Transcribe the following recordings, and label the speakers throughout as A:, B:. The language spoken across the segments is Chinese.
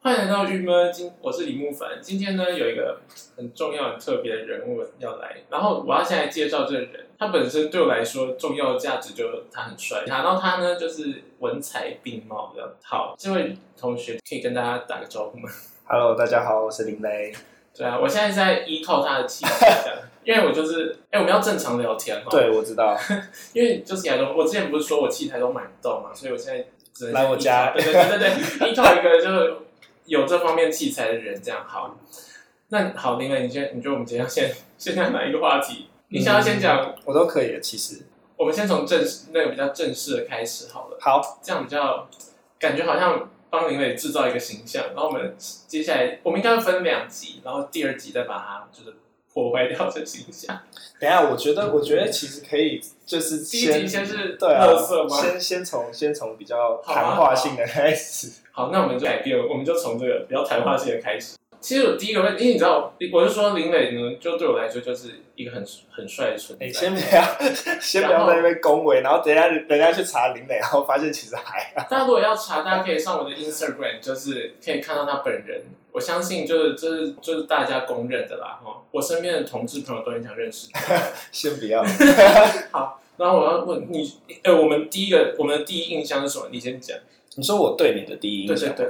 A: 欢迎来到郁闷，今我是李慕凡。今天呢，有一个很重要、很特别的人物要来，然后我要先来介绍这个人。他本身对我来说重要的价值就是他很帅，然后他呢就是文采并茂的。好，这位同学可以跟大家打个招呼吗？
B: Hello，大家好，我是林雷。
A: 对啊，我现在是在依靠他的气息，这样，因为我就是，哎、我们要正常聊天哦嘛。，
B: 对，我知道，
A: 因为就是台东，我之前不是说我器材都买不到嘛，所以我现在只能
B: 来我家
A: 对对对对对，依靠一个就是有这方面器材的人，这样好。那好，林磊，你先，你觉得我们今天要先先讲哪一个话题？你想要
B: 嗯
A: 先讲，
B: 我都可以。其实，
A: 我们先从正式那个比较正式的开始好了，
B: 好，
A: 这样比较感觉好像帮林磊制造一个形象。然后我们接下来我们应该会分两集，然后第二集再把它就是破坏掉这形象。
B: 等一下，我觉得，我觉得其实可以，就是
A: 第一集
B: 先
A: 先是
B: 对啊
A: 特色，吗？
B: 先先从先从比较
A: 好啊
B: 谈话性的开始。
A: 好，那我们就改变，我们就从这个比较谈话性的开始。其实我第一个问题，因为你知道，我就说林磊呢，就对我来说就是一个很很帅的存在。
B: 你哎先不要， 先不要在那边恭维，然后等一下等一下去查林磊，然后发现其实还 好。
A: 大家如果要查，大家可以上我的 Instagram，就是可以看到他本人。我相信就是这、就是就是大家公认的啦哈。我身边的同志朋友都很想认识他。
B: 先不要，
A: 然后我要问你，呃，我们第一个我们的第一印象是什么？你先讲。
B: 你说我对你的第一
A: 对对对，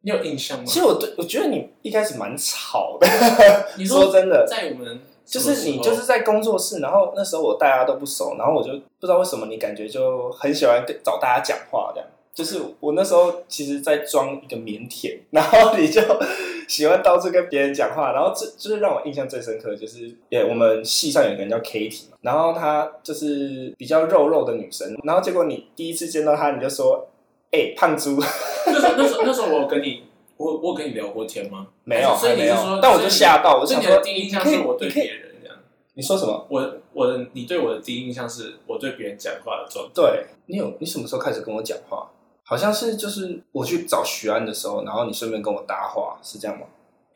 A: 你有印象吗？
B: 其实我对我觉得你一开始蛮吵的，
A: 你
B: 说真的，
A: 在我们
B: 就是你
A: 什么时候
B: 就是在工作室，然后那时候我大家都不熟，然后我就不知道为什么你感觉就很喜欢跟找大家讲话这样。就是我那时候其实在装一个腼腆，然后你就喜欢到处跟别人讲话，然后这就是让我印象最深刻的就是，也我们系上有个人叫 Kitty 嘛，然后她就是比较肉肉的女生，然后结果你第一次见到她，你就说，哎、胖猪，
A: 那时候那时候那时候我有跟你我我有跟你聊过天吗？
B: 没有，
A: 所以
B: 还
A: 你
B: 没
A: 是
B: 有
A: 说，
B: 但我就吓到，我
A: 所以
B: 就
A: 你
B: 想
A: 的
B: 说，
A: 第一印象
B: 你可以
A: 是我对别人这样。
B: 你说什么？
A: 我我的你对我的第一印象是我对别人讲话的状态。
B: 对你有你什么时候开始跟我讲话？好像是就是我去找徐安的时候，然后你顺便跟我搭话，是这样吗？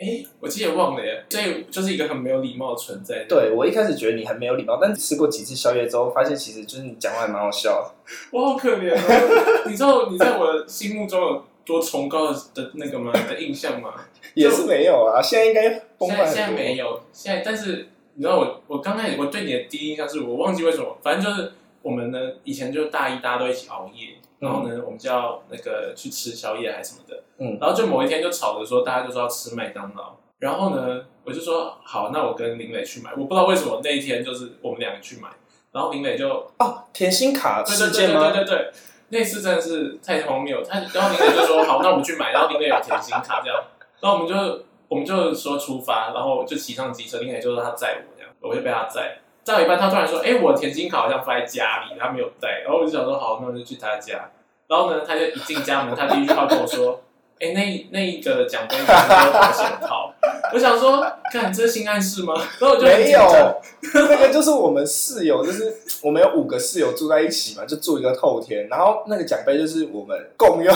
A: 哎，我记得忘了耶，所以就是一个很没有礼貌的存在。，
B: 对我一开始觉得你很没有礼貌，但吃过几次宵夜之后，发现其实就是你讲话还蛮好笑的。
A: 我好可怜哦。 你知道你在我心目中有多崇高的的那个吗？的印象吗？
B: 也是没有啊，现在应该崩
A: 现在
B: 坏
A: 现
B: 很
A: 在
B: 多。
A: 没有，现在但是你知道我我刚开始我对你的第一印象是我忘记为什么，反正就是我们呢以前就大一大家都一起熬夜，然后呢、我们就要那个去吃宵夜还是什么的，
B: 嗯
A: 然后就某一天就吵着说大家就说要吃麦当劳，然后呢我就说好，那我跟林磊去买，我不知道为什么那一天就是我们两个去买，然后林磊就
B: 哦，甜心卡
A: 对
B: 事
A: 对
B: 件
A: 对对
B: 吗？
A: 对对对，那次真的是太荒谬。他然后林磊就说：“好，那我们去买。”然后林磊有甜心卡这样，然后我们就我们就说出发，然后就骑上机车，林磊就说他载我这样，我就被他载。载到一半，他突然说：“哎、我甜心卡好像放在家里，他没有带。”然后我就想说：“好，那我就去他家。”然后呢，他就一进家门，他第一句话跟我说：“哎、那那一个奖杯里面没有保险套。” 我想说：“看，这是性暗示吗？” 然后我就很
B: 没
A: 紧张
B: 有，那个就是我们室友，就是我们有五个室友住在一起嘛，就住一个透天，然后那个奖杯就是我们共用，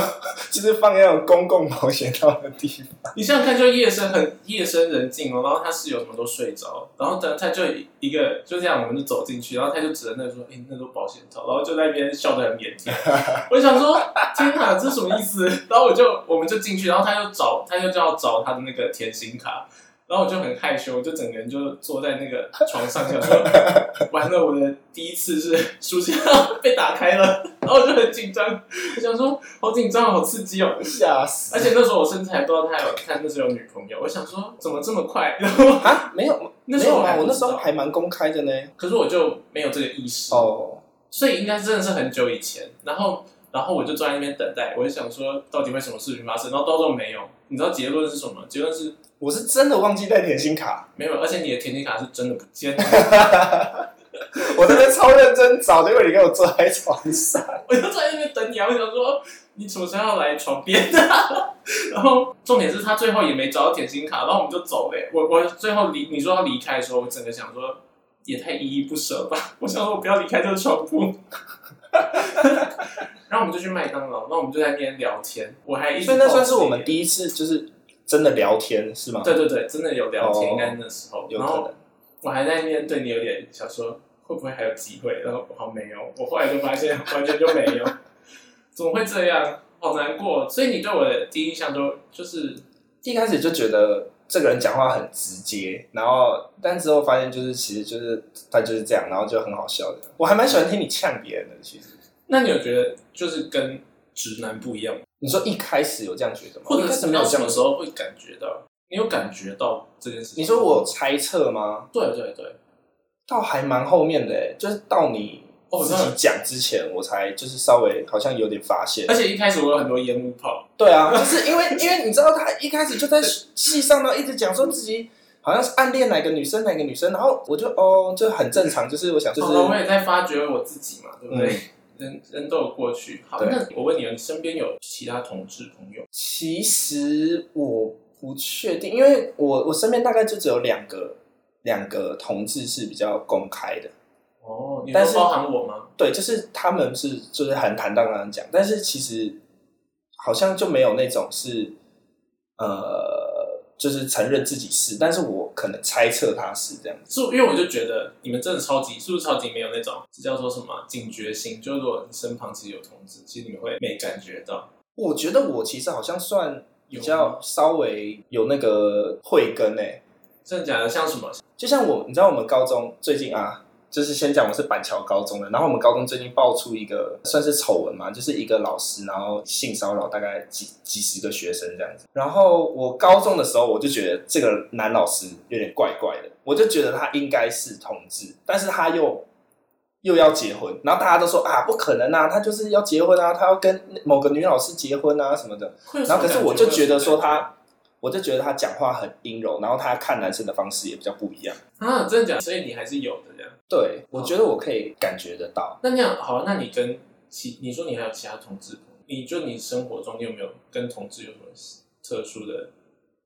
B: 就是放在那种公共保险套的地方。
A: 你想想看，就夜深很夜深人静哦，然后他室友什么都睡着，然后等他就一个就这样，我们就走进去，然后他就指着那个说：“哎、那都保险套。”然后就在那边笑得很腼腆。我想说，天哪，这什么意思？然后我就我们就进去，然后他就找他就要找他的那个甜心卡，然后我就很害羞，我就整个人就坐在那个床上，想说，完了，我的第一次是书信被打开了，然后我就很紧张，我想说，好紧张，好刺激哦。
B: 吓死！
A: 而且那时候我甚至还不知道他有他那时候有女朋友，我想说怎么这么快， 然后
B: 啊，没有，
A: 那
B: 没
A: 时
B: 有
A: 候
B: 啊，
A: 还
B: 我
A: 不
B: 那
A: 知
B: 时候
A: 道，
B: 还蛮公开的呢。
A: 可是我就没有这个意识，
B: 哦，
A: 所以应该真的是很久以前。然后然后我就坐在那边等待，我就想说到底会什么事情发生，然后到时候没有，你知道结论是什么？结论是
B: 我是真的忘记带甜心卡，
A: 没有，而且你的甜心卡是真的不见了，
B: 我这边超认真找，结果你给我坐在床上。
A: 我就坐在那边等你啊，我想说你什么时候要来床边的、 然后重点是他最后也没找到甜心卡，然后我们就走了耶、欸我我最后离你说要离开的时候，我整个想说也太依依不舍吧。我想说我不要离开这个床铺。 然后我们就去麦当劳，然后我们就在那边聊天，我还一直
B: 所以那算是我
A: 抱着
B: 们
A: 你
B: 第一次就是真的聊天是吗？，
A: 对对对，真的有聊天，
B: 哦
A: 应该那时候。
B: 有
A: 然
B: 可
A: 后
B: 能。
A: 我还在那边对你有点想说会不会还有机会，然后好没有，我后来就发现完全就没有，怎么会这样？好难过。所以你对我的第一印象都就是
B: 第一开始就觉得这个人讲话很直接，然后但之后发现就是其实就是他就是这样，然后就很好笑的。我还蛮喜欢听你呛别人的，其实
A: 那你有觉得就是跟直男不一样吗，
B: 你说一开始有这样觉得吗？
A: 或者
B: 是
A: 是
B: 没有
A: 到
B: 这
A: 什
B: 样
A: 么时
B: 说？
A: 候会感觉到？你有感觉到这件事情？
B: 你说我有猜测吗？
A: 对对对，
B: 倒还蛮后面的、欸，就是到你
A: 哦
B: 自己讲之前，我才就是稍微好像有点发现
A: 而。且一开始我有很多烟雾泡，
B: 对啊，就是因为因为你知道他一开始就在戏上呢，然后一直讲说自己好像是暗恋哪个女生哪个女生，然后我就哦就很正常，就是我想就是、
A: 好哦了，我也在发掘我自己嘛，对不对？
B: 嗯
A: 人人都有过去。好，
B: 对
A: 那我问你，你身边有其他同志朋友？
B: 其实我不确定，因为我我身边大概就只有两个两个同志是比较公开的，
A: 哦，你
B: 但
A: 都
B: 是
A: 包含我吗？
B: 对，就是他们是就是很坦荡荡地讲，但是其实好像就没有那种是呃，就是承认自己是，但是我可能猜测他是这样子。
A: 是因为我就觉得你们真的超级，是不是超级没有那种这叫做什么警觉心？就是如果你身旁其实有同志，其实你们会没感觉到。
B: 我觉得我其实好像算比
A: 有
B: 较稍微有那个慧根诶、欸
A: 真的假的？像什么？
B: 就像我，你知道我们高中最近啊，就是先讲我是板桥高中的，然后我们高中最近爆出一个算是丑闻嘛，就是一个老师然后性骚扰大概几几十个学生这样子。然后我高中的时候我就觉得这个男老师有点怪怪的，我就觉得他应该是同志，但是他又。又要结婚，然后大家都说啊，不可能啊，他就是要结婚啊，他要跟某个女老师结婚啊什么的。
A: 会有什
B: 然
A: 么
B: 后可是我
A: 感觉
B: 就觉得说
A: 会有什么
B: 他，我就觉得他讲话很阴柔，然后他看男生的方式也比较不一样。
A: 啊，真的假的？所以你还是有的这样。
B: 对，我觉得我可以感觉得到。
A: 那那样好，那你跟其你说你还有其他同志朋友，你就你生活中你有没有跟同志有什么特殊的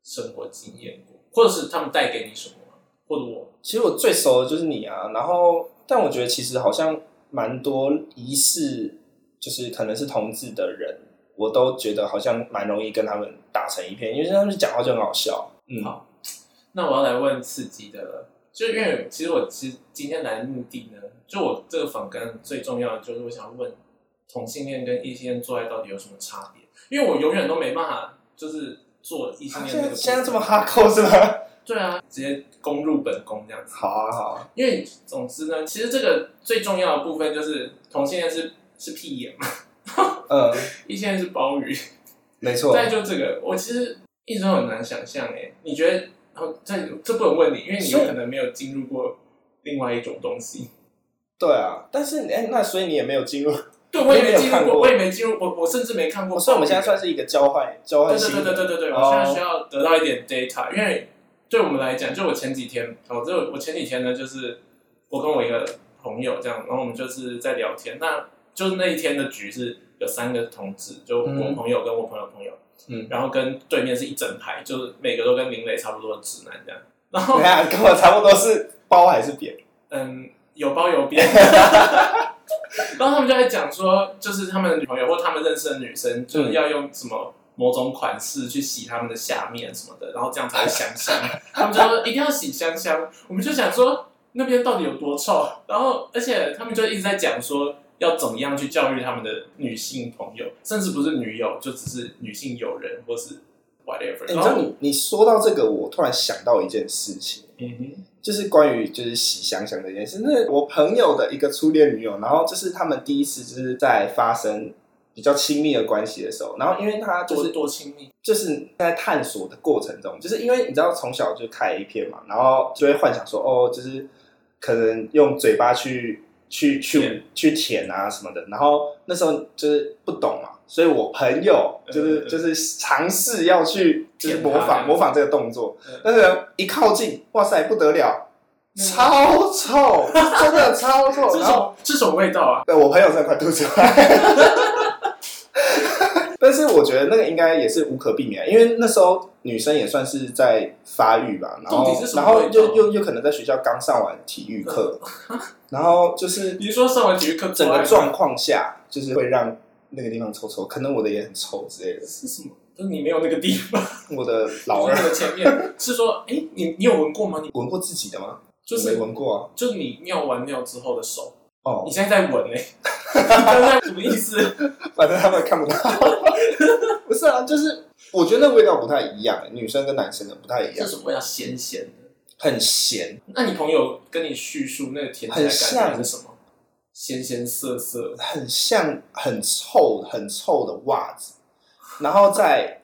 A: 生活经验过，或者是他们带给你什么吗？或者我
B: 其实我最熟的就是你啊，然后但我觉得其实好像蛮多疑似就是可能是同志的人，我都觉得好像蛮容易跟他们打成一片，因为他们讲话就很好笑。嗯，
A: 好那我要来问刺激的了，就因为其实我其实今天来的目的呢，就我这个访谈最重要的就是我想要问同性恋跟异性恋做爱到底有什么差别？因为我永远都没办法就是做异性恋
B: 啊现
A: 那个部
B: 在
A: 分、
B: 现在这么哈扣是吗？
A: 对啊，直接攻入本宫这样子。
B: 好啊，好啊，
A: 因为总之呢，其实这个最重要的部分就是同性恋是是屁眼嘛，
B: 嗯，
A: 异性恋是鲍鱼。
B: 没错。
A: 再就这个，我其实一直都很难想象诶，你觉得？哦，这这不能问你，因为你
B: 所以
A: 可能没有进入过另外一种东西。
B: 对啊，但是哎、那所以你也没有进入，
A: 对，我也
B: 你
A: 没
B: 也没有
A: 进
B: 看
A: 入
B: 过哦
A: 过，我也没进入，我我甚至没看过鲍鱼。
B: 所以我们现在算是一个交换交换
A: 对
B: 心
A: 对
B: 得。
A: 对对对对，
B: 哦
A: 我现在需要得到一点 data，因为对我们来讲，就我前几天，哦，就我前几天呢，就是我跟我一个朋友这样，然后我们就是在聊天，那就是那一天的局是有三个同志，就我
B: 嗯
A: 朋友跟我朋友朋友，
B: 嗯
A: 然后跟对面是一整排，就是每个都跟林磊差不多的直男这样，然后
B: 哦 你看跟我差不多是包还是扁？
A: 嗯，有包有 边。然后他们就在讲说，就是他们的女朋友或他们认识的女
B: 嗯
A: 生，就是要用什么某种款式去洗他们的下面什么的，然后这样才会香香。他们就说一定要洗香香，我们就想说那边到底有多臭。然后而且他们就一直在讲说要怎么样去教育他们的女性朋友，甚至不是女友，就只是女性友人或是 whatever。
B: 欸你
A: 然
B: 知道
A: 后，
B: 你你说到这个，我突然想到一件事情，
A: 嗯哼，
B: 就是关于就是洗香香这件事。那我朋友的一个初恋女友，然后就是他们第一次就是在发生比较亲密的关系的时候，然后因为他就
A: 多
B: 是
A: 多亲密，
B: 就是在探索的过程中，就是因为你知道从小就看 A 片嘛，然后就会幻想说哦，就是可能用嘴巴去去去
A: 舔
B: 去舔啊什么的，然后那时候就是不懂嘛，所以我朋友就是
A: 嗯
B: 就是尝试要去就是
A: 舔它
B: 模仿模仿这个动作
A: 嗯，
B: 但是呢一靠近，哇塞不得了，
A: 嗯
B: 超臭，真的超臭，
A: 这
B: 然后
A: 种这种味道啊，
B: 对我朋友真的快吐出来。 但是我觉得那个应该也是无可避免，因为那时候女生也算是在发育吧，然
A: 到
B: 后
A: 底是什
B: 然
A: 么味道
B: 后又又又可能在学校刚上完体育课，然后就是
A: 你说上完体育课做
B: 整
A: 爱
B: 个
A: 吗
B: 状况下，就是会让那个地方臭臭，可能我的也很臭之类的，
A: 是什么？就是你没有那个地方，
B: 我的老
A: 就是
B: 二
A: 那个前 面是说，哎、你你有闻过吗？你
B: 闻过自己的吗？
A: 就
B: 没
A: 是
B: 闻过啊。
A: 就是你尿完尿之后的手，
B: 哦
A: 你，现在在闻哎、那什么意 思？
B: 反正他们看不到。 不是啊，就是我觉得那味道不太一样，女生跟男生的不太一
A: 这
B: 样，
A: 什么味道？咸咸的。
B: 很咸，
A: 那你朋友跟你叙述那个甜起来的感觉是什么？咸咸涩涩，
B: 很像很臭很臭的袜子，然后再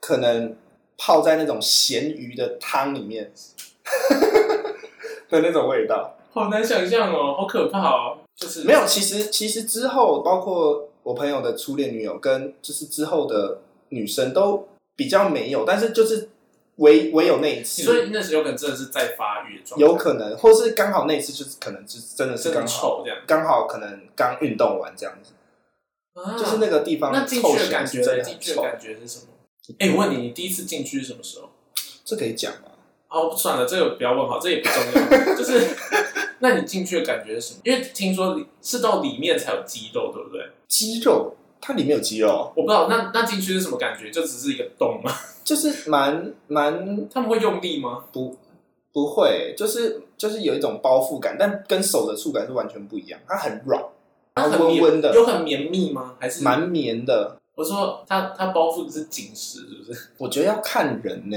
B: 可能泡在那种咸鱼的汤里面 的那种味道。
A: 好难想象哦，好可怕哦。就是
B: 没有，其实其实之后，包括我朋友的初恋女友跟就是之后的女生都比较没有，但是就是唯唯有那一
A: 你说
B: 次，
A: 那时候可能真的是在发育的状态，
B: 有可能，或是刚好那一次就是可能就是真的是
A: 真的
B: 刚好
A: 臭这样，
B: 刚好可能刚运动完这样子，
A: 啊
B: 就是那个地方
A: 那进
B: 臭
A: 去
B: 起
A: 的
B: 来
A: 感
B: 是
A: 觉，
B: 真的
A: 进
B: 很
A: 去的
B: 臭，
A: 感觉是什么？哎、我问你，你第一次进去是什么时候？
B: 这可以讲吗？
A: 哦，不算了，这个不要问好，这也不重 要。就是，那你进去的感觉是什么？因为听说里是到里面才有鸡肉，对不对？
B: 鸡肉，它里面有鸡肉，
A: 我不知道，那那进去是什么感觉？就只是一个洞吗？
B: 就是蛮蛮
A: 他们会用力吗？
B: 不不会，就是就是有一种包覆感，但跟手的触感是完全不一样，它很软，然
A: 它
B: 后
A: 很
B: 温
A: 绵
B: 温的，
A: 有很绵密吗？还是
B: 蛮绵的。
A: 我说它它包覆的是紧实，是不是？
B: 我觉得要看人呢、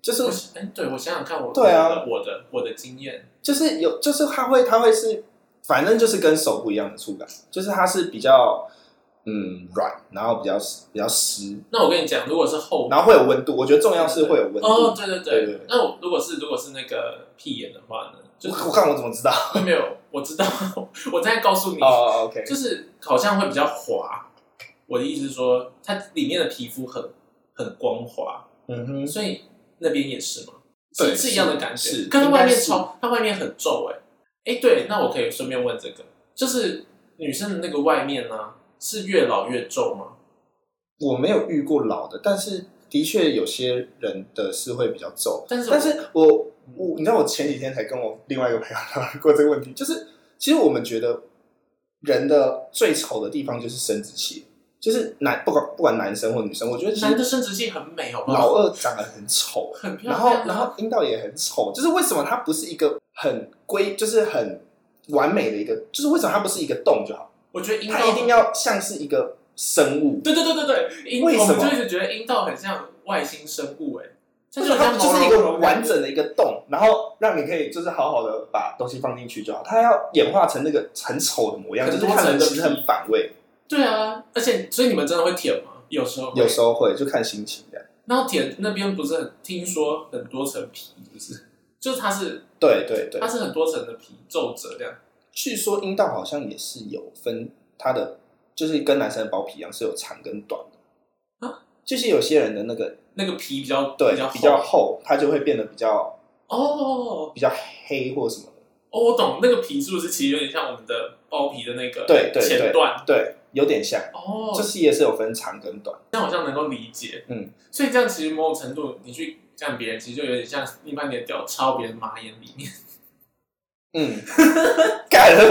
B: 就是
A: 我哎、对我想想看我，
B: 对啊
A: 我的我的我的经验，
B: 就是有，就是它会，它会是，反正就是跟手不一样的触感，就是它是比较嗯软，然后比较比较湿，
A: 那我跟你讲，如果是后
B: 然后会有温度。我觉得重要是会有温度。
A: 哦，对对
B: 对
A: 对，
B: 对对
A: 那我如果是如果是那个屁眼的话呢，就
B: 我
A: 是
B: 我看我怎么知道？
A: 没有，我知道， 我在告诉你，
B: 哦，OK，
A: 就是好像会比较滑。我的意思是说，它里面的皮肤很很光滑，
B: 嗯哼，
A: 所以那边也是嘛，
B: 对
A: 是是一样的感觉。
B: 是
A: 可是
B: 应
A: 外
B: 该
A: 面
B: 是
A: 超，它外面很皱哎、哎、对，那我可以顺便问这个，就是女生的那个外面呢、是越老越皱吗？
B: 我没有遇过老的，但是的确有些人的是会比较皱，
A: 但是
B: 但是我我你知道，我前几天才跟我另外一个朋友讨论过这个问题，就是其实我们觉得人的最丑的地方就是生殖器，就是男不管不管男生或女生，我觉得其
A: 男的
B: 实
A: 生殖器很美，好不好？
B: 老二长得很丑，
A: 很漂亮、
B: 然后然后阴道也很丑，就是为什么它不是一个很规，就是很完美的一个，就是为什么它不是一个洞就好，
A: 我觉得阴道
B: 它一定要像是一个生物，
A: 对对对对对，阴
B: 为什么
A: 我们就一直觉得阴道很像外星生物哎、欸，它
B: 就
A: 就是很像
B: 它就是一
A: 毛茸
B: 个
A: 茸的
B: 完整的一个洞，然后让你可以就是好好的把东西放进去就好。它要演化成那个很丑的模样，就是看人其实很反胃，
A: 对啊，而且所以你们真的会舔吗？有时候会
B: 有时候会就看心情这样。
A: 然后舔那边不是很听说很多层皮，是不是？就是它是
B: 对对对
A: 它，是很多层的皮皱褶这样，
B: 据说阴道好像也是有分它的，就是跟男生的包皮一样是有长跟短的
A: 啊。
B: 就是有些人的那个
A: 那个皮比较
B: 对
A: 比较
B: 比较
A: 厚
B: 厚，它就会变得比较
A: 哦
B: 比较黑或什么的。
A: 哦，我懂那个皮是不是其实有点像我们的包皮的那个
B: 对对
A: 前段
B: 对，有点像，
A: 哦，
B: 就是也是有分长跟短。
A: 这样好像能够理解，
B: 嗯，
A: 所以这样其实某种程度你去看别人，其实就有点像你把你的屌插到别人马眼里 面。
B: 嗯，改了，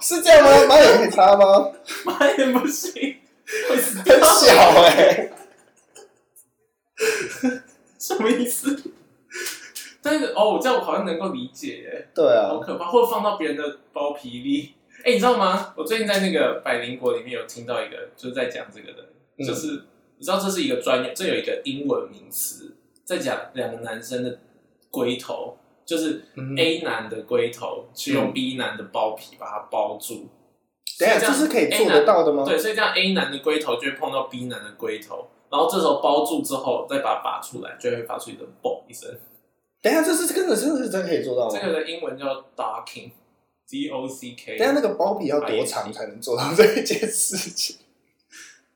B: 是这样吗？马眼可以插吗？
A: 妈也不行，会死掉
B: 很小哎、
A: 什么意思？但是哦，这样我好像能够理解耶，
B: 对
A: 好
B: 啊，
A: 可怕，或者放到别人的包皮里。 哎、你知道吗？我最近在那个百灵国里面有听到一个，就是在讲这个的，
B: 嗯
A: 就是、你知道这是一个专业，这有一个英文名词，在讲两个男生的龟头，就是
B: 嗯
A: A 男的龟头去用 B 男的包皮把它包住。
B: 等一下
A: 所
B: 这
A: 样
B: 是可以
A: A
B: 做
A: 男
B: 得到的吗？
A: 对，所以这样 A 男的龟头就会碰到 B 男的龟头，然后这时候包住之后，再把它拔出来，就会发出一个“嘣”一声。
B: 等一下这是真的真的是真可以做到
A: 这
B: 吗？
A: 个的英文叫 docking，D O C K。
B: 等一下那个包皮要多长才能做到这一件事情？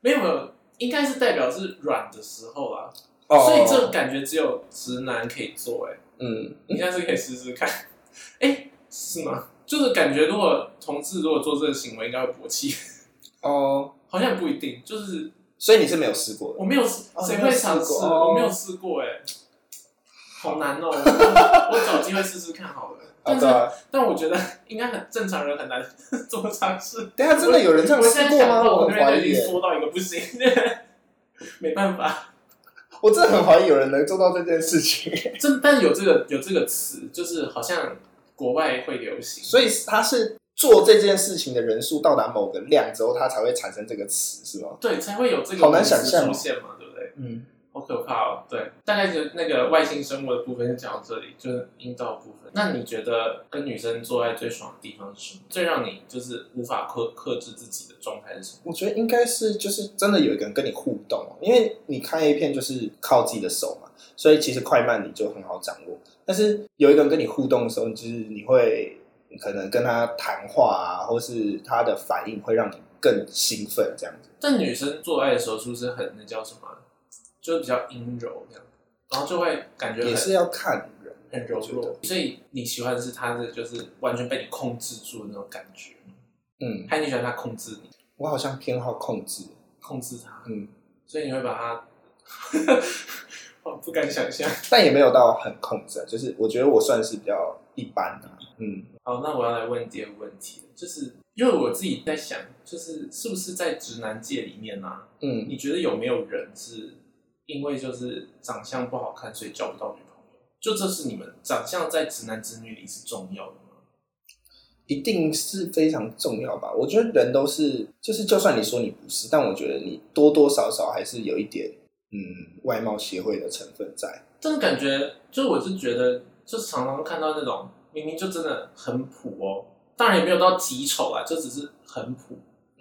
A: 没有没有，应该是代表是软的时候啦。
B: 哦
A: 所以这感觉只有直男可以做、欸，哎，
B: 嗯，
A: 你下次可以试试看。 哎、是吗？就是感觉如果同志如果做这个行为，应该会勃起，
B: 哦，
A: 好像也不一定。就是
B: 所以你是没有试过的，
A: 我没有，
B: 哦
A: 谁
B: 你没
A: 会
B: 有试
A: 尝试？
B: 过哦
A: 我没有试过哎、好难 哦、我我找机会试试看好了。
B: 啊
A: 但是，
B: 对啊。
A: 但我觉得应该很正常人很难 这么尝试。
B: 等一下真的有人这样
A: 我现在
B: 试过
A: 想
B: 吗？
A: 到
B: 我
A: 我
B: 很
A: 那
B: 怀
A: 边就
B: 疑
A: 已经
B: 耶，
A: 缩到一个不行， 没办法。
B: 我真的很怀疑有人能做到这件事情。
A: 真但有这个有这个词，就是好像国外会流行。
B: 所以它是做这件事情的人数到达某个量之后，它才会产生这个词，是吗？
A: 对，才会有这个
B: 好难想象哦
A: 文字出现嘛，对不对？
B: 嗯，
A: 好可怕哦。对，大概就那个外星生物的部分就讲到这里，就是阴道部分。那你觉得跟女生做爱最爽的地方是什么？最让你就是无法克克制自己的状态是什么？
B: 我觉得应该是就是真的有一个人跟你互动哦，因为你看 A 片就是靠自己的手嘛，所以其实快慢你就很好掌握。但是有一个人跟你互动的时候，就是你会可能跟他谈话啊，或是他的反应会让你更兴奋这样子。
A: 但女生做爱的时候是不是很那叫什么啊？就是比较阴柔那样，然后就会感觉
B: 也
A: 很
B: 是要看人，
A: 很柔
B: 我觉得
A: 弱。所以你喜欢的是她的就是完全被你控制住的那种感觉吗，
B: 嗯，
A: 还是你喜欢她控制你，
B: 我好像偏好控制，
A: 控制她，
B: 嗯，
A: 所以你会把她，我 不敢想象。
B: 但也没有到很控制啊，就是我觉得我算是比较一般的、嗯，
A: 好，那我要来问第二个问题了，就是因为我自己在想，就是是不是在直男界里面啊，
B: 嗯，
A: 你觉得有没有人是因为就是长相不好看，所以交不到女朋友？就这是你们长相在直男直女里是重要的吗？
B: 一定是非常重要吧？我觉得人都是，就是就算你说你不是，但我觉得你多多少少还是有一点，嗯，外貌协会的成分在。
A: 但是感觉，就我是觉得，就常常看到那种明明就真的很普哦，当然也没有到极丑啊，就只是很普，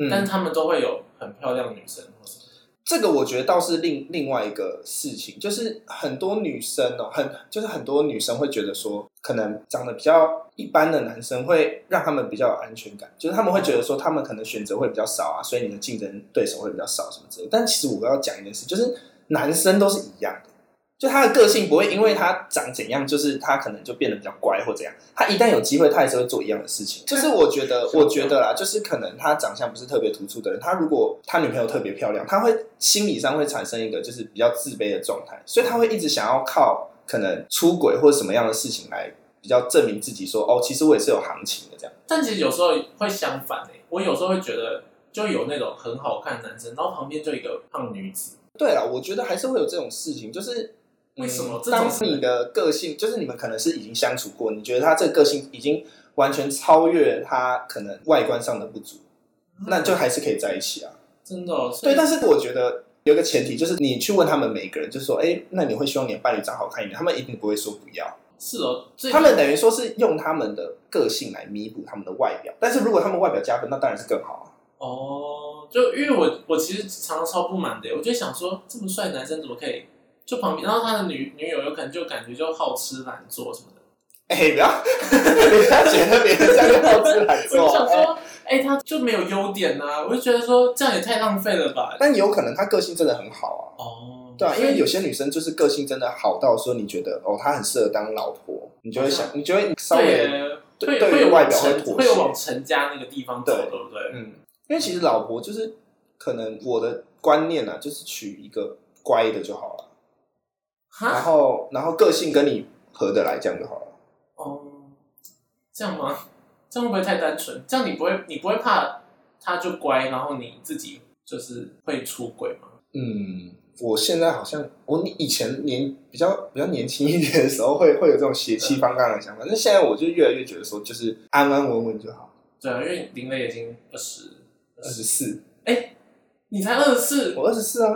A: 但
B: 嗯
A: 是，他们都会有很漂亮的女生或什么。
B: 这个我觉得倒是另另外一个事情，就是很多女生哦，很就是很多女生会觉得说，可能长得比较一般的男生会让他们比较有安全感，就是他们会觉得说，他们可能选择会比较少啊，所以你的竞争对手会比较少什么之类的。但其实我要讲一件事，就是男生都是一样的，就他的个性不会因为他长怎样，就是他可能就变得比较乖或怎样。他一旦有机会，他也是会做一样的事情。就是我觉得，我觉得啦，就是可能他长相不是特别突出的人，他如果他女朋友特别漂亮，他会心理上会产生一个就是比较自卑的状态，所以他会一直想要靠可能出轨或者什么样的事情来比较证明自己说哦，其实我也是有行情的这样。
A: 但其实有时候会相反诶、我有时候会觉得，就有那种很好看的男生，然后旁边就有一个胖女子，
B: 对了，我觉得还是会有这种事情，就是。
A: 为什么
B: 嗯
A: 这种
B: 当
A: 事
B: 你的个性，就是你们可能是已经相处过，你觉得他这个个性已经完全超越他可能外观上的不足，那
A: 嗯
B: 就还是可以在一起啊。
A: 真的、哦、所以
B: 对，但是我觉得有一个前提，就是你去问他们每一个人，就说，哎、那你会希望你的伴侣长好看一点？他们一定不会说不要，
A: 是哦，最
B: 他们等于说是用他们的个性来弥补他们的外表。但是如果他们外表加分，那当然是 更好啊。
A: 哦，就因为我我其实常常超不满的欸，我就想说这么帅的男生怎么可以就旁边，然后他的女女友有可能就感觉就好吃懒做什么的，
B: 哎、不要，不要觉得别人这样就好吃懒
A: 我就想
B: 做。哎
A: 说，哎、他就没有优点呐、我就觉得说这样也太浪费了吧。
B: 但也有可能他个性真的很好啊。
A: 哦，
B: 对啊，因为有些女生就是个性真的好到说，你觉得哦，她很适合当老婆，你就会想，你就会稍微
A: 啊对会
B: 对对于
A: 会有往
B: 外表会
A: 成
B: 妥
A: 会有
B: 协
A: 往成家那个地方走，对
B: 对
A: 不对？
B: 嗯，因为其实老婆就是可能我的观念啊，就是娶一个乖的就好了，然
A: 哈，
B: 后然后个性跟你合得来，这样就好了。
A: 哦，这样吗？这样会不会太单纯？这样你不会你不会怕他就乖，然后你自己就是会出轨吗？
B: 嗯，我现在好像我你以前年比较比较年轻一点的时候会，会有这种血
A: 嗯
B: 气方刚的想法，但现在我就越来越觉得说，就是安安稳稳就好。
A: 对啊，因为林磊已经二十，哎
B: 二十四，
A: 你才二十四，
B: 我二十四啊，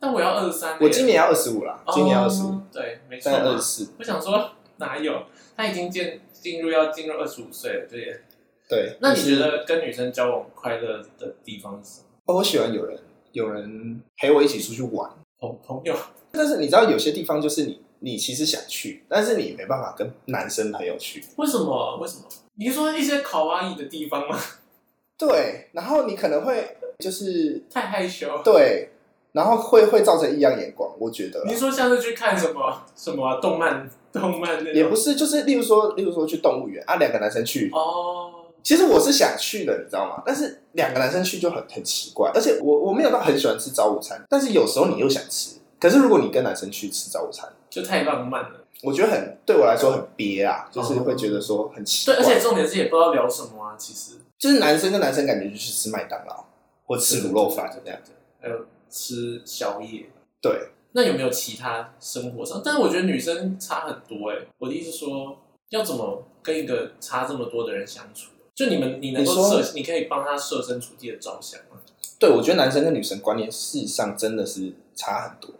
A: 但我要二十三。
B: 我今年要二十五啦，
A: 嗯哦
B: 今年要二十五，
A: 对，没错
B: 现在二
A: 嘛
B: 十。四，
A: 我想说哪有？他已经进进入要进入二十五岁了，对耶。
B: 对。
A: 那你
B: 就是
A: 觉得跟女生交往快乐的地方是什么？
B: 哦我喜欢有人有人陪我一起出去玩。
A: 朋朋友
B: 但是你知道有些地方就是你你其实想去，但是你没办法跟男生朋友去。
A: 为什么？为什么？你是说一些考阿姨的地方吗？
B: 对，然后你可能会就是
A: 太害羞。
B: 对，然后会会造成异样眼光，我觉得啦
A: 你说像是去看什么什么啊、动漫动漫那种？
B: 也不是，就是例如说，例如说去动物园啊，两个男生去，
A: 哦，
B: 其实我是想去的，你知道吗？但是两个男生去就很很奇怪，而且我我没有到很喜欢吃早午餐，但是有时候你又想吃，可是如果你跟男生去吃早午餐，
A: 就太浪漫了。
B: 我觉得很对我来说很憋啊，就是会觉得说很奇怪，
A: 对，而且重点是也不知道聊什么啊，其实。
B: 就是男生跟男生感觉就去吃麦当劳或吃卤肉饭这样。
A: 子，还有吃宵夜。
B: 对，
A: 那有没有其他生活上？但是我觉得女欸生差很多哎、我的意思是说，要怎么跟一个差这么多的人相处？就你们你能够
B: 你说
A: 设，你可以帮他设身处地的着想吗？
B: 对，我觉得男生跟女生观念事实上真的是差很多。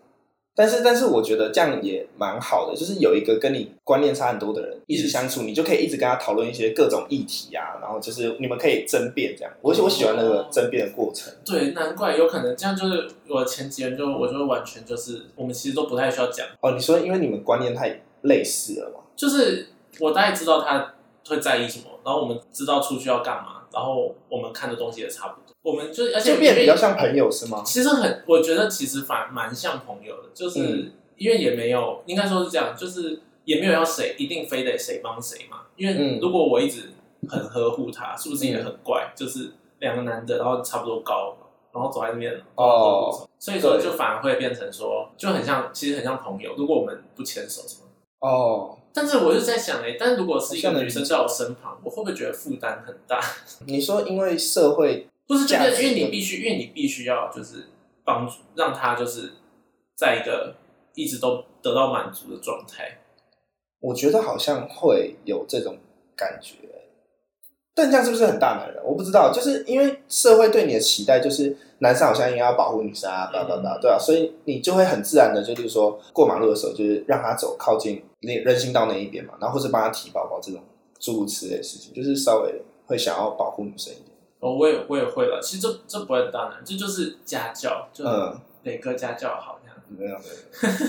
B: 但是，但是我觉得这样也蛮好的，就是有一个跟你观念差很多的人一起相处，你就可以一直跟他讨论一些各种议题啊，然后就是你们可以争辩这样。我我喜欢那个争辩的过程。
A: 对，难怪有可能这样，就是我前几天就我就完全就是我们其实都不太需要讲，
B: 哦，你说因为你们观念太类似了嘛？
A: 就是我大概知道他会在意什么，然后我们知道出去要干嘛，然后我们看的东西也差不多，我们就而且
B: 就变得
A: 因为
B: 比较像朋友是吗？
A: 其实很，我觉得其实反蛮像朋友的，就是、
B: 嗯
A: 因为也没有，应该说是这样，就是也没有要谁一定非得谁帮谁嘛。因为
B: 嗯
A: 如果我一直很呵护他，是不是也很怪？就是两个男的，然后差不多高，然后走在那边，
B: 哦
A: 然后所以说
B: 对
A: 就反而会变成说，就很像，其实很像朋友。如果我们不牵手什么，
B: 哦，
A: 但是我就在想哎、但如果是一个
B: 好像能
A: 女生在我身旁，我会不会觉得负担很大？
B: 你说因为社会
A: 不是，就
B: 价
A: 是
B: 值
A: 因为你
B: 观
A: 必须，因为你必须要就是帮助让他就是在一个一直都得到满足的状态。
B: 我觉得好像会有这种感觉，但这样是不是很大男人？我不知道，就是因为社会对你的期待就是男生好像应该要保护女生啊，叭叭叭，对啊，所以你就会很自然的，就是说过马路的时候，就是让他走靠近那人行道那一边嘛，然后或是帮他提包包这种诸如此类的事情，就是稍微会想要保护女生一点。
A: 哦，我也我也会了。其实这这不会很大难，这就是家教，就
B: 嗯，
A: 磊哥家教好那样。
B: 没有没有，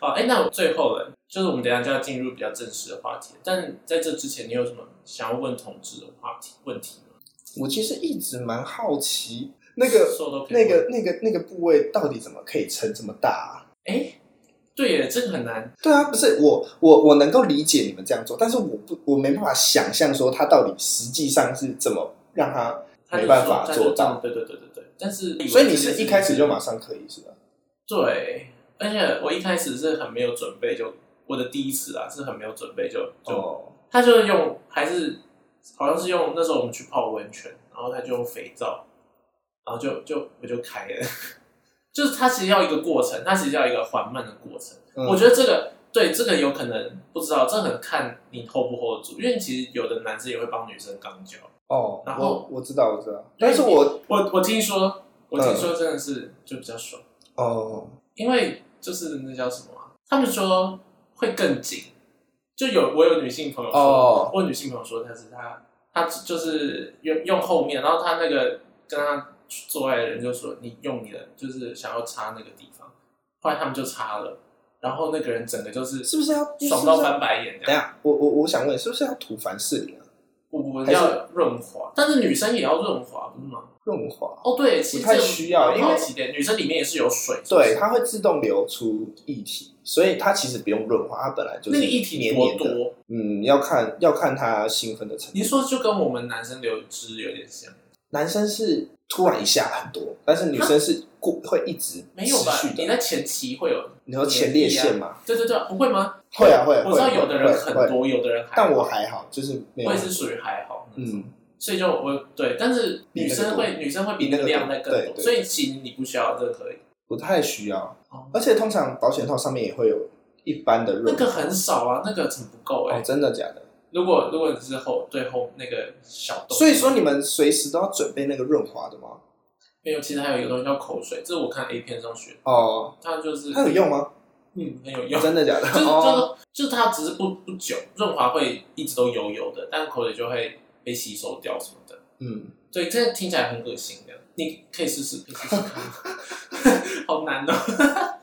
A: 哦，哎、那我最后了，就是我们等一下就要进入比较正式的话题，但在这之前，你有什么想要问同志的话题问题吗？
B: 我其实一直蛮好奇那个
A: 说都可以问
B: 那个那个那个部位到底怎么可以撑这么大、啊？
A: 哎、对耶，这个很难。
B: 对啊，不是我，我我能够理解你们这样做，但是我不，我没办法想象说他到底实际上是怎么让他
A: 他就
B: 没办法
A: 说他就
B: 做到。
A: 这样对对对对对，但是
B: 所以你是一开始就马上可以是吧？
A: 对，而且我一开始是很没有准备就，我的第一次啊是很没有准备就就、
B: 哦，
A: 他就是用还是好像是用那时候我们去泡温泉，然后他就用肥皂，然后就就我就开了， 就是他其实要一个过程，他其实要一个缓慢的过程。
B: 嗯
A: 我觉得这个对这个有可能不知道，这很看你 hold 不 hold 得住，因为其实有的男生也会帮女生肛交。
B: 哦，
A: 然后
B: 我我知道我知道，但是我
A: 我我听说，我听
B: 嗯
A: 说真的是就比较爽。
B: 哦
A: 因为就是那叫什么、啊，他们说会更紧，就有我有女性朋友说，
B: 哦
A: 我有女性朋友说，但是她她就是用用后面，然后她那个跟她做爱的人就说你用你的，就是想要插那个地方，后来他们就插了，然后那个人整个就是
B: 是不是要
A: 爽到？
B: 是不是要
A: 翻白眼这
B: 等一
A: 样，
B: 下，我我我想问，是不是要涂凡士林啊？
A: 不不
B: 还是
A: 要润滑，但是女生也要润滑，不是吗？
B: 润滑？
A: 哦，对，其实
B: 不太
A: 这个
B: 需要
A: 蛮
B: 因为
A: 好奇的，女生里面也是有水，是不是
B: 对，它会自动流出液体，所以它其实不用润滑，它本来就是
A: 那个液体
B: 黏
A: 多
B: 黏的。
A: 多，
B: 嗯，要看要看它兴奋的程度。
A: 你说就跟我们男生留汁有点像。
B: 男生是突然一下很多，但是女生是固会一直
A: 没有吧
B: 持续？
A: 你
B: 的。
A: 在前期会有，嗯
B: 你说前列腺嘛？
A: 对对对，不会吗？
B: 会啊会啊，
A: 啊我知道
B: 会啊
A: 有的人
B: 会啊
A: 很
B: 会啊
A: 多，有的人还好，
B: 但我还好，就是没有
A: 我也。是属于还好，嗯，
B: 嗯，
A: 所以就我对，但是女生会女生会比那个量再更
B: 对
A: 多，
B: 对
A: 所以其实你不需要这个可以，
B: 不太需要，
A: 哦
B: 而且通常保险套上面也会有一般的
A: 那
B: 润滑。
A: 个很少啊，那个很不够
B: 哦，
A: 哎。
B: 真的假的？
A: 如果如果你是后对后那个小洞，
B: 所以说你们随时都要准备那个润滑的吗？
A: 没有，其实还有一个东西叫口水，这是我看 A 片上学的，
B: 哦，
A: 它就是
B: 它有用吗？
A: 嗯很有用，
B: 真的假的？
A: 就是
B: 哦，
A: 就是就是它只是不不久，润滑会一直都油油的，但口水就会被吸收掉什么的。
B: 嗯，
A: 对，这听起来很恶心的，你可以试试，可以试试看， 好难哦。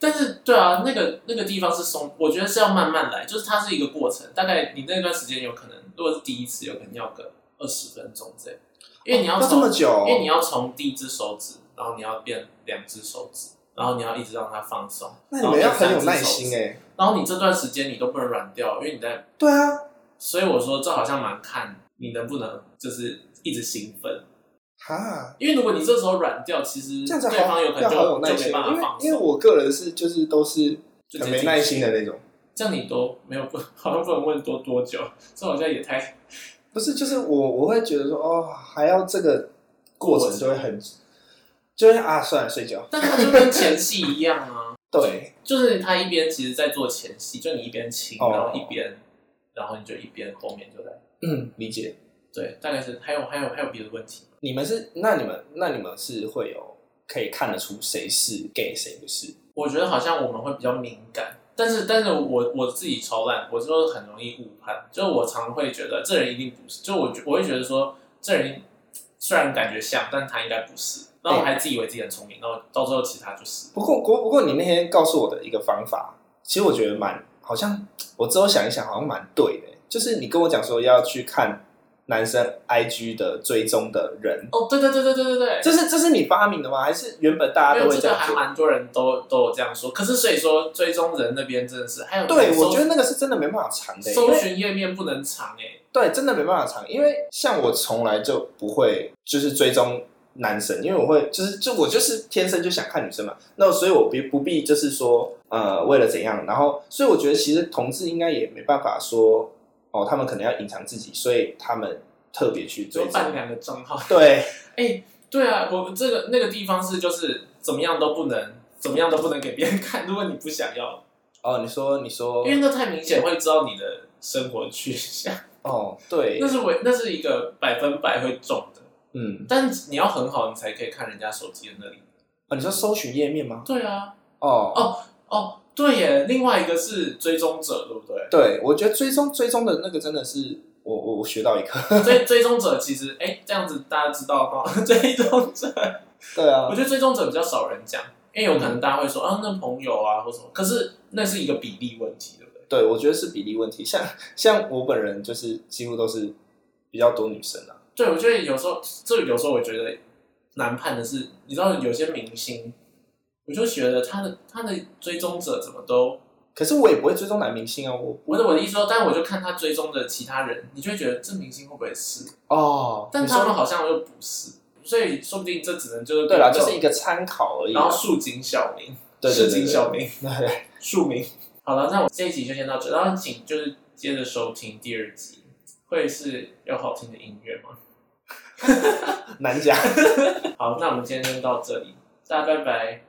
A: 但是，对啊，那个那个地方是松，我觉得是要慢慢来，就是它是一个过程。大概你那段时间有可能，如果是第一次，有可能要个二十分钟这样，因为你要
B: 这
A: 从，
B: 么久哦，
A: 因为你要从第一只手指，然后你要变两只手指，然后你要一直让它放松。
B: 那你们要很有
A: 然后
B: 耐
A: 变三只手指
B: 心哎。
A: 然后你这段时间你都不能软掉，因为你在，
B: 对啊，
A: 所以我说这好像蛮看你能不能就是一直兴奋，
B: 哈，
A: 因为如果你这时候软掉，其实
B: 这样子
A: 对
B: 好
A: 方有可能
B: 要好有
A: 就
B: 耐
A: 就
B: 心，
A: 没
B: 因
A: 办法
B: 为
A: 放
B: 因为
A: 松，
B: 我个人是就是都是
A: 就直
B: 很
A: 接
B: 没耐心的那种。
A: 这样你都没有不 好像不能问多多久，这好像也太
B: 不是，就是我我会觉得说，哦，还要这个过程就会很，就会啊，算了，睡觉。
A: 但它就跟前戏一样啊，
B: 对，
A: 就是他一边其实在做前戏，就你一边亲，
B: 哦
A: 然后一边，然后你就一边后面就在，
B: 嗯，理解。
A: 对，大概是还有还有还有别的问题。
B: 你们是那你们那你们是会有可以看得出谁是 gay 谁不是？
A: 我觉得好像我们会比较敏感，但是但是我我自己超烂，我就很容易误判，就是我常会觉得这人一定不是，就我觉我会觉得说这人虽然感觉像，但他应该不是，然后我还自以为自己很聪明，然后到最后其实他就是。
B: 不过，不过，不过，你那天告诉我的一个方法，其实我觉得蛮，好像我之后想一想，好像蛮对的。就是你跟我讲说要去看男生 IG 的追踪的人，
A: 哦，对对对对对对对，
B: 这是这是你发明的吗？还是原本大家
A: 因
B: 都
A: 为
B: 会
A: 这
B: 这
A: 个
B: 样
A: 还
B: 做？
A: 蛮多人都都有这样说，可是所以说追踪人那边真的是还有
B: 对，我
A: 搜
B: 觉得那个是真的没办法藏的，因
A: 搜
B: 为
A: 寻页面不能藏哎、
B: 对，真的没办法藏，因为像我从来就不会就是追踪男生，因为我会就是就我就是天生就想看女生嘛，那所以我不不必就是说呃为了怎样，然后所以我觉得其实同志应该也没办法说哦，他们可能要隐藏自己，所以他们特别去追
A: 就
B: 踪
A: 办，两个账号。
B: 对
A: 哎、对啊，我们这个那个地方是就是怎么样都不能，怎么样都不能给别人看，如果你不想要，
B: 哦，你说你说
A: 因为那太明显会知道你的生活去向，
B: 哦对
A: 那，是我那是一个百分百会中的，
B: 嗯
A: 但你要很好，你才可以看人家手机的那里。
B: 哦，你说搜寻页面吗？
A: 对啊，
B: 哦
A: 哦哦，对耶，另外一个是追踪者，对不对？
B: 对，我觉得追踪追踪的那个真的是我我我学到一课，
A: 追追踪者其实，哎、这样子大家知道哈， 追踪者，
B: 对啊
A: 我，觉得追踪者比较少人讲，因为有可能大家会说啊，那朋友啊或什么，可是那是一个比例问题，对不对？
B: 对，我觉得是比例问题。像像我本人就是几乎都是比较多女生啊。
A: 对，我觉得有时候，这有时候我觉得难判的是，你知道有些明星，我就觉得他的他的追踪者怎么都，
B: 可是我也不会追踪男明星啊，我
A: 我的我的意思说，但我就看他追踪的其他人，你就会觉得这明星会不会是？
B: 哦
A: 但
B: 你
A: 他
B: 说
A: 们好像又不是，所以说不定这只能就是
B: 对了，
A: 比
B: 就
A: 较
B: 是一个参考而已啊。
A: 然后树井小明，
B: 对对
A: 市
B: 对
A: 井小明，
B: 对，
A: 庶民。好了，那我这一集就先到这，然后请就是接着收听第二集，会是有好听的音乐吗？
B: 难讲。
A: 好，那我们今天就到这里，大家拜拜。